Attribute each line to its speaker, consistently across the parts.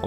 Speaker 1: 我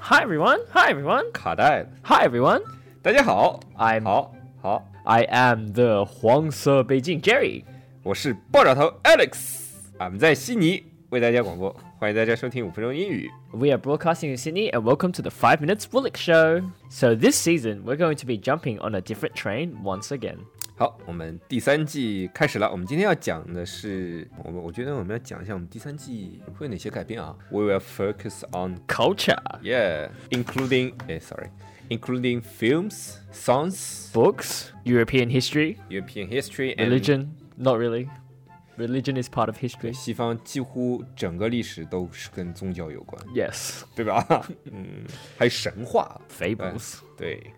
Speaker 2: Hi everyone. Hi everyone.
Speaker 3: 卡带的，
Speaker 2: Hi everyone.
Speaker 3: 大家好，
Speaker 2: I'm
Speaker 3: 好好，
Speaker 2: I am the 黄色背景 Jerry。
Speaker 3: 我是爆炸头 Alex，俺们在悉尼为大家广播，欢迎大家收听五分钟英语。
Speaker 2: We are broadcasting in Sydney and welcome to the 5 Minutes Bullock Show. So this season we're going to be jumping on a different train once again.
Speaker 3: 好，我们第三季开始了。我们今天要讲的是，我们我觉得我们要讲一下我们第三季会有哪些改变啊？We will focus on
Speaker 2: Culture,
Speaker 3: yeah, including 哎，sorry, including films, songs,
Speaker 2: books, European history,
Speaker 3: European history, and
Speaker 2: religion, not really. Religion is part of history.
Speaker 3: 西方几乎整个历史都是跟宗教有关，
Speaker 2: Yes.
Speaker 3: 对吧？ 嗯，还有神话。
Speaker 2: Fables.
Speaker 3: 对，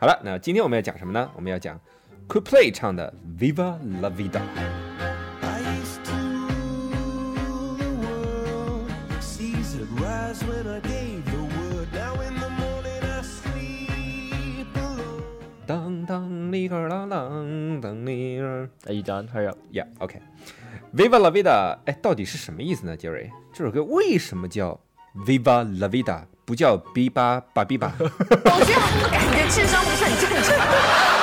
Speaker 3: 好了，那今天我们要讲什么呢？我们要讲 c o u l Play 唱的《Viva La Vida》。
Speaker 4: Ice to the world. Caesar rise when I gave the word. Now in the morning I sleep alone.
Speaker 3: 当当里个啷啷当里儿
Speaker 2: Are you done? Hurry up.
Speaker 3: 呀，OK，《Viva La Vida》哎，到底是什么意思呢？杰瑞，这首歌为什么叫《Viva La Vida》，不叫《比巴巴 比巴》？
Speaker 5: 我觉得我感觉智商不是很正常。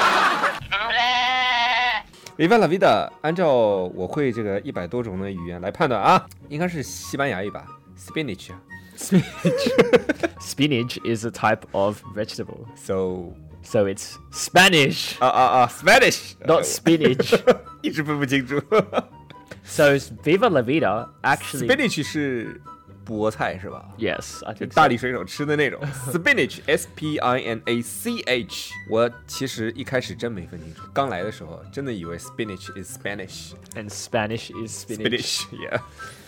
Speaker 3: Viva la vida，按照我会这个一百多种的语言来判断啊，应该是西班牙语吧，spinach。啊
Speaker 2: Spinach is a type of vegetable.
Speaker 3: So，
Speaker 2: So it's Spanish,
Speaker 3: 啊啊啊，Spanish，
Speaker 2: not spinach.
Speaker 3: 一直分不清楚。
Speaker 2: So s- Viva La Vida actually.
Speaker 3: spinach 是菠菜是吧？
Speaker 2: Yes, I
Speaker 3: 就
Speaker 2: think
Speaker 3: 大
Speaker 2: so.
Speaker 3: 力水手吃的那 种 spinach，S P I N A C H。我其实一开始真没分清楚，刚来的时候真的以为 spinach is Spanish。
Speaker 2: And Spanish is spinach.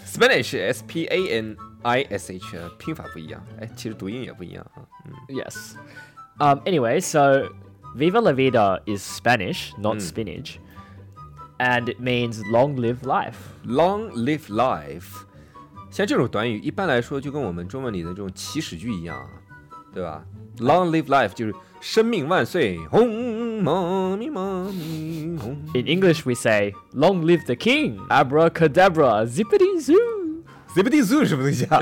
Speaker 3: Spanish，yeah，Spanish，S P A N I S H，呃拼法不一样，哎，其实读音也不一样啊。
Speaker 2: Yes. Um, anyway, so Viva La Vida is Spanish, not spinach. And it means long live life.
Speaker 3: Long live life，像这种短语，一般来说就跟我们中文里的这种祈使句一样啊，对吧？Long live life 就是生命万岁，红妈咪妈咪红。
Speaker 2: In English, we say, long live the king, abracadabra, zippity zoo.
Speaker 3: ZBD zoo 什么东西啊？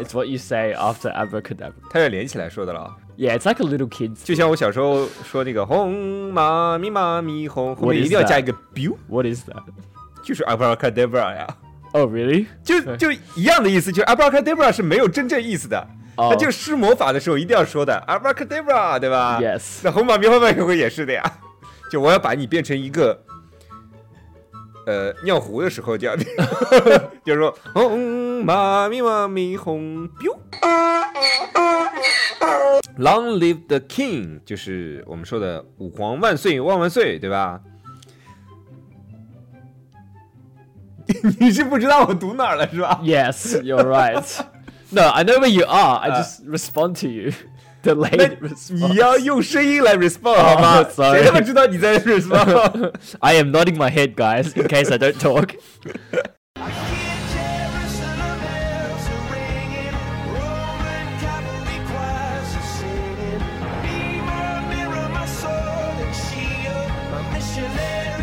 Speaker 2: it's what you say after abracadabra.
Speaker 3: 它要连起来说的了啊，
Speaker 2: Yeah, it's like a little kid's.
Speaker 3: 就像我小时候说那个红妈咪妈咪红，后
Speaker 2: What
Speaker 3: 面
Speaker 2: is
Speaker 3: 一定要加一个 biu，
Speaker 2: What is that?
Speaker 3: 就是 abracadabra 呀，
Speaker 2: Oh, really?
Speaker 3: 就就一样的意思，就是 abracadabra 是没有真正意思的。
Speaker 2: 哦
Speaker 3: 它就是施魔法的时候一定要说的 abracadabra，对吧
Speaker 2: Yes.
Speaker 3: 那红马喵喵也会也是的呀，就我要把你变成一个，呃，尿壶的时候这样的， 就是说红妈咪妈咪红 biu。Long live the king，就是我们说的武皇万岁万万岁，对吧？ 你是不知道我读哪儿了是吧？
Speaker 2: Yes, you're right. No, I know where you are. I
Speaker 3: Uh,
Speaker 2: just respond to you. Delayed
Speaker 3: 你啊
Speaker 2: response.
Speaker 3: 要用声音来 respond 好 吗？
Speaker 2: sorry
Speaker 3: 谁他妈知道你在 respond？
Speaker 2: I am nodding my head, guys, in case I don't talk.
Speaker 4: Can't cherish the bells are ringing. Roman cavalry choirs are singing. Be my mirror, my sword and shield, my missionary.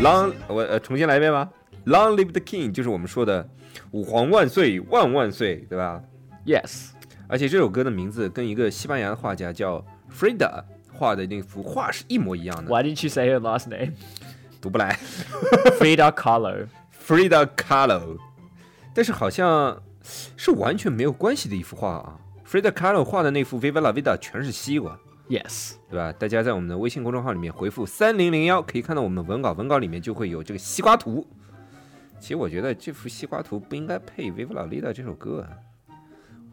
Speaker 3: Long，我呃重新来一遍吧。Long live the king，就是我们说的武皇万岁万万岁，对吧？
Speaker 2: Yes.
Speaker 3: 而且这首歌的名字跟一个西班牙的画家叫 Frida 画的那幅画是一模一样的，
Speaker 2: Why didn't you say her last name?
Speaker 3: 读不来
Speaker 2: Frida Kahlo.
Speaker 3: Frida Kahlo，但是好像是完全没有关系的一幅画啊。Frida Kahlo 画的那幅 Viva la vida 全是西瓜，
Speaker 2: Yes.
Speaker 3: 对吧？大家在我们的微信公众号里面回复三零零幺，可以看到我们文稿，文稿里面就会有这个西瓜图。其实我觉得这幅西瓜图不应该配《Viva La Vida》这首歌啊，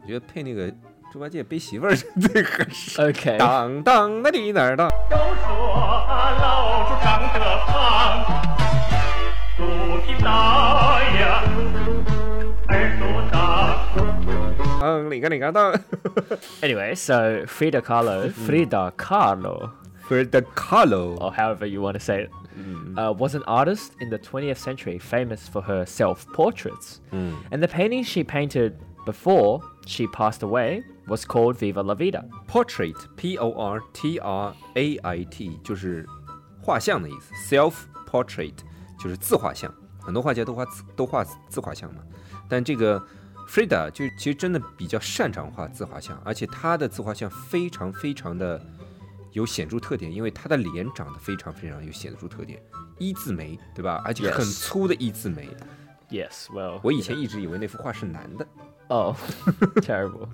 Speaker 3: 我觉得配那个猪八戒背媳妇儿是最合适。
Speaker 2: Okay.
Speaker 3: 当当的你哪儿当？
Speaker 6: 都说老猪长得胖，肚皮大呀，二肚大。
Speaker 3: 嗯，哪个哪个当
Speaker 2: Anyway, so Frida Kahlo, Frida Kahlo,
Speaker 3: f 的 Carlo，
Speaker 2: or however you want to say it, uh, was an artist in the 20th century famous for her self portraits. And the painting she painted before she passed away was called Viva la Vida.
Speaker 3: portrait p o r t r a i t 就是画像的意思，self portrait 就是自画像，很多画家都画自都画自画像嘛，但这个 Frida 就其实真的比较擅长画自画像，而且她的自画像非常非常的有显著特点，因为她的脸长得非常非常有显著特点，一字眉对吧？而且
Speaker 2: Yes
Speaker 3: 很粗的一字眉，
Speaker 2: Yes, well.
Speaker 3: 我以前一直以为那幅画是男的。
Speaker 2: Oh, terrible.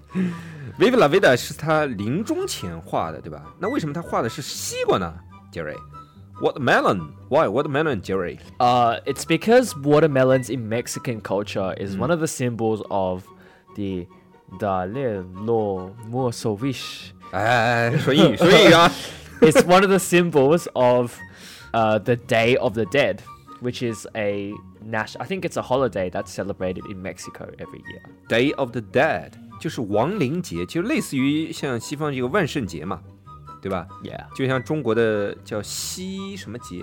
Speaker 3: Viva la vida 是他临终前画的，对吧？那为什么他画的是西瓜呢？Jerry，watermelon。Why watermelon, Jerry？
Speaker 2: Uh, it's because watermelons in Mexican culture is one of the symbols of the Dale Lo Muso Wish.
Speaker 3: 哎，说英语，说英语啊！
Speaker 2: it's one of the symbols of uh, the Day of the Dead, which is a national. I think it's a holiday that's celebrated in Mexico every year.
Speaker 3: Day of the Dead 就是亡灵节，就类似于像西方这个万圣节嘛，对吧？
Speaker 2: Yeah.
Speaker 3: 就像中国的叫西什么节，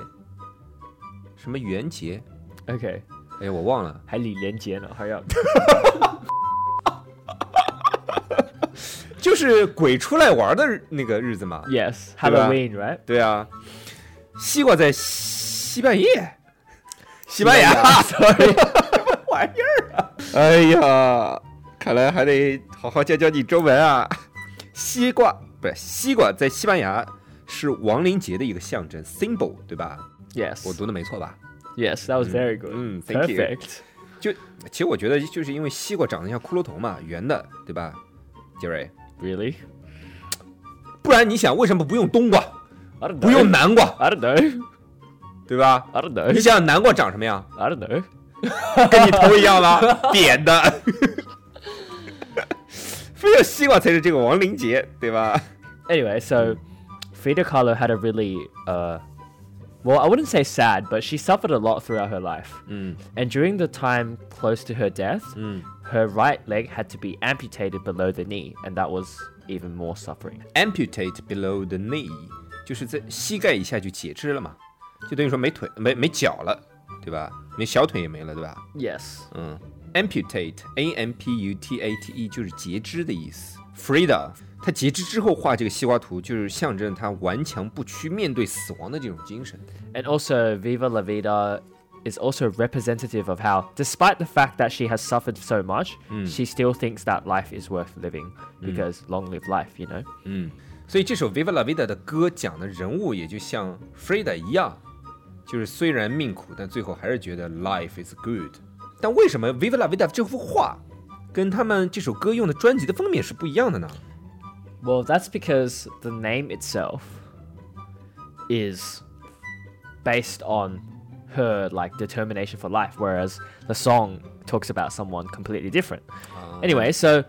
Speaker 3: 什么元节，
Speaker 2: Okay.
Speaker 3: 哎呀，我忘了。
Speaker 2: 还李连杰呢, hurry up.
Speaker 3: 就是鬼出来玩的日那个日子嘛。
Speaker 2: yes.
Speaker 3: Right.
Speaker 2: Halloween, right?
Speaker 3: 对啊，西瓜在西半夜，西班牙。
Speaker 2: Sorry.
Speaker 3: 哎呀，看来还得好好教教你中文啊。西瓜不是西瓜，在西班牙是亡灵节的一个象征 symbol，对吧？我
Speaker 2: Yes.
Speaker 3: 读的没错吧？
Speaker 2: Yes, that was very good.
Speaker 3: Mm, thank you.
Speaker 2: Perfect.
Speaker 3: 就其实我觉得就是因为西瓜长得像骷髅头嘛，圆的，对吧？杰瑞，
Speaker 2: Really?
Speaker 3: 不然你想为什么不用冬瓜，
Speaker 2: I don't know.
Speaker 3: 不用南瓜，
Speaker 2: I don't know.
Speaker 3: 对吧？
Speaker 2: I don't know.
Speaker 3: 你想想南瓜长什么样？
Speaker 2: I don't know.
Speaker 3: 跟你头一样吗？扁的， 非要西瓜才是这个亡灵节，对吧？
Speaker 2: Anyway, so Frida Kahlo had a really, uh, well, I wouldn't say sad, but she suffered a lot throughout her life. And during the time close to her death, her right leg had to be amputated below the knee, and that was even more suffering.
Speaker 3: amputate below the knee，就是在膝盖以下就截肢了嘛，就等于说没腿没没脚了，对吧？没小腿也没了，对吧？
Speaker 2: Yes.
Speaker 3: 嗯，amputate，a m p u t a t e 就是截肢的意思。Frida，她截肢之后画这个西瓜图，就是象征她顽强不屈面对死亡的这种精神。
Speaker 2: And also, Viva La Vida is also representative of how, despite the fact that she has suffered so much, she still thinks that life is worth living because long live life, you know?
Speaker 3: 所以这首 Viva la Vida 的歌讲的人物也就像 Frida 一样，就是虽然命苦，但最后还是觉得 life is good。但为什么 Viva la Vida 这幅画跟他们这首歌用的专辑的封面是不一样的呢？
Speaker 2: Well, that's because the name itself is based on her like determination for life, whereas the song talks about someone completely different. Anyway, so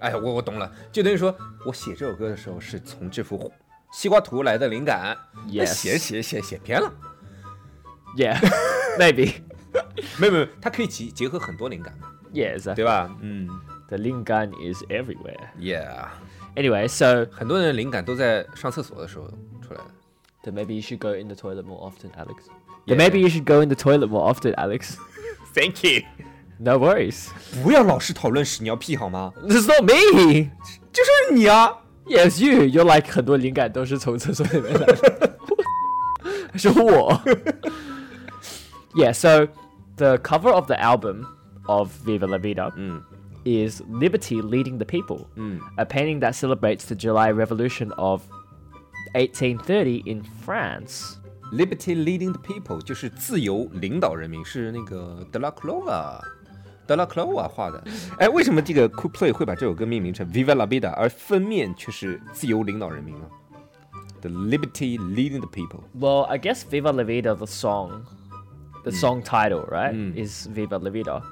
Speaker 3: 哎，我我懂了，就等于说我写这首歌的时候是从这幅西瓜图来的灵感，那
Speaker 2: Yes
Speaker 3: 写着写着写着写偏了，
Speaker 2: yeah, maybe
Speaker 3: 没有没有，它可以结结合很多灵感嘛，
Speaker 2: yeah, exactly.
Speaker 3: 对吧？嗯
Speaker 2: The lingan is everywhere.
Speaker 3: ，Yeah，
Speaker 2: Anyway, so
Speaker 3: 很多人的灵感都在上厕所的时候出来的。
Speaker 2: then maybe you should go in the toilet more often, Alex. Then maybe you should go in the toilet more often, Alex.
Speaker 3: Thank you，
Speaker 2: No worries.
Speaker 3: 不要老是讨论屎尿屁好吗？
Speaker 2: This is not me.
Speaker 3: 就是你啊！
Speaker 2: Yes, you. You're like 很多灵感都是从厕所里面来的。是我。yeah, so the cover of the album of Viva La Vida is Liberty Leading the People, a painting that celebrates the July Revolution of 1830 in France.
Speaker 3: Liberty leading the people 就是自由领导人民，是那个德拉克罗瓦，德拉克罗瓦画的。哎，为什么这个 Coldplay 会把这首歌命名成 Viva la vida，而封面却是自由领导人民呢？The liberty leading the people。
Speaker 2: Well, I guess Viva La Vida, the song, the
Speaker 3: Mm.
Speaker 2: song title, right, is Viva La Vida.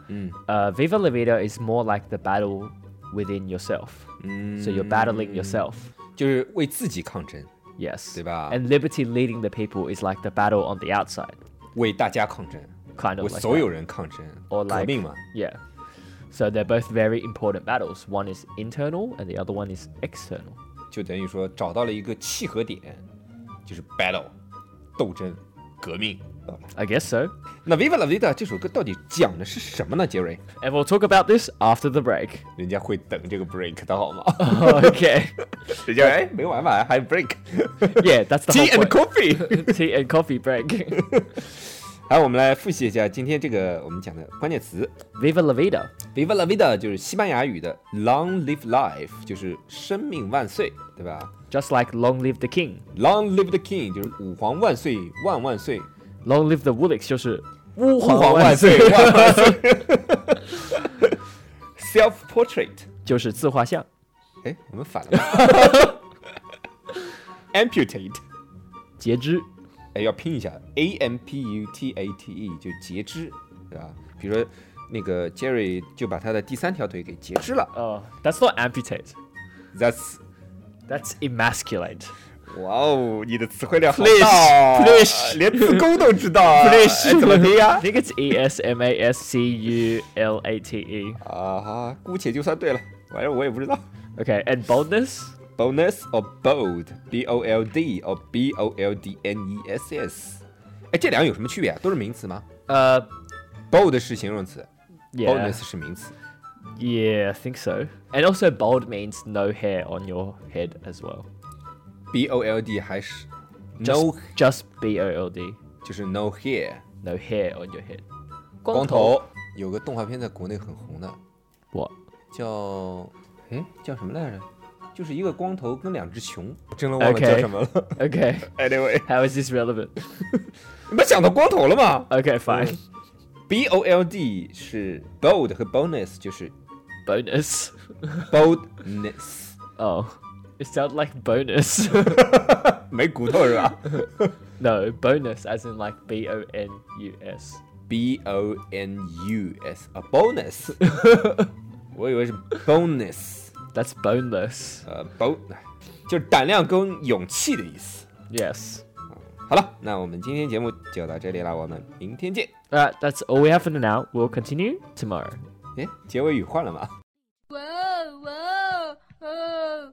Speaker 2: Uh, Viva La Vida is more like the battle within yourself. So you're battling
Speaker 3: Mm.
Speaker 2: yourself.
Speaker 3: 就是为自己抗争，
Speaker 2: Yes.
Speaker 3: 对吧？
Speaker 2: And liberty leading the people is like the battle on the outside,
Speaker 3: 为大家抗争，
Speaker 2: kind of
Speaker 3: 为
Speaker 2: like
Speaker 3: 所
Speaker 2: that.
Speaker 3: 有人抗争，
Speaker 2: Or
Speaker 3: 革
Speaker 2: like-
Speaker 3: 命嘛。
Speaker 2: Yeah. So they're both very important battles. One is internal and the other one is external.
Speaker 3: 就等于说找到了一个契合点，就是 battle 斗争革命。
Speaker 2: I guess so.
Speaker 3: 那 Viva La Vida 这首歌到底讲的是什么呢？杰瑞，
Speaker 2: And we'll talk about this after the break.
Speaker 3: 人家会等这个 break 的好吗？
Speaker 2: okay.
Speaker 3: 人家哎没完吧，还 break
Speaker 2: Yeah, that's the
Speaker 3: tea
Speaker 2: whole
Speaker 3: and
Speaker 2: point.
Speaker 3: coffee。
Speaker 2: Tea and coffee break.
Speaker 3: 好，我们来复习一下今天这个我们讲的关键词
Speaker 2: Viva la vida.
Speaker 3: “Viva la vida” 就是西班牙语的 “Long live life”，就是生命万岁，对吧
Speaker 2: Just like long live the king.
Speaker 3: ？“Long live the king” 就是吾皇万岁，万万岁。
Speaker 2: Long live the Woolix 就是
Speaker 3: 吾
Speaker 2: 皇万岁
Speaker 3: 万万岁。Self portrait，
Speaker 2: 就是自画像，
Speaker 3: 哎，我们反了吗。Amputate，
Speaker 2: 截肢
Speaker 3: 哎，要拼一下，A M P U T A T E，就截肢，对吧？比如说那个 Jerry 就把他的第三条腿给截肢了。
Speaker 2: 哦、That's Uh, not amputate.
Speaker 3: That's，
Speaker 2: That's emasculate.
Speaker 3: 哇哦，你的词汇量好大哦
Speaker 2: Flesh，flesh
Speaker 3: 连词根都知道啊
Speaker 2: Flesh
Speaker 3: 哎怎么拼呀
Speaker 2: I？think it's E S M A S C U L A T E.
Speaker 3: 啊哈，姑且就算对了，反正我也不知道。
Speaker 2: Okay, and boldness.
Speaker 3: bonus or bold b o l d or b o l d n e s s。哎，这两个有什么区别啊？都是名词吗
Speaker 2: Uh,
Speaker 3: ？bold 是形容词
Speaker 2: yeah,
Speaker 3: ，bonus 是名词。
Speaker 2: yeah, I think so. And also, bald means no hair on your head as well.
Speaker 3: b o l d 还是
Speaker 2: Just,
Speaker 3: no
Speaker 2: just B O L D,
Speaker 3: 就是 no hair
Speaker 2: no hair on your head.
Speaker 3: 光头。有个动画片在国内很红的，
Speaker 2: What?
Speaker 3: 叫哎叫什么来着？就是一个光头跟两只熊，真的忘了
Speaker 2: OK
Speaker 3: 叫什么了。
Speaker 2: Okay,
Speaker 3: anyway，
Speaker 2: how is this relevant?
Speaker 3: 你们想到光头了吗
Speaker 2: Okay, fine.
Speaker 3: ？b o l d 是 bold 和 bonus 就是
Speaker 2: Bonus.
Speaker 3: boldness。
Speaker 2: Oh, it sounds like bonus.
Speaker 3: 没骨头是吧
Speaker 2: no, bonus as in like B O N U S.
Speaker 3: ？B O N U S a bonus，我以为是 bonus，
Speaker 2: That's boneless.
Speaker 3: 呃 bon，就是胆量跟勇气的意思。
Speaker 2: Yes.
Speaker 3: 好了，那我们今天节目就到这里了，我们明天见。
Speaker 2: Alright, that's all we have for now. We'll continue tomorrow.
Speaker 3: 哎，结尾语换了吗？
Speaker 5: oh.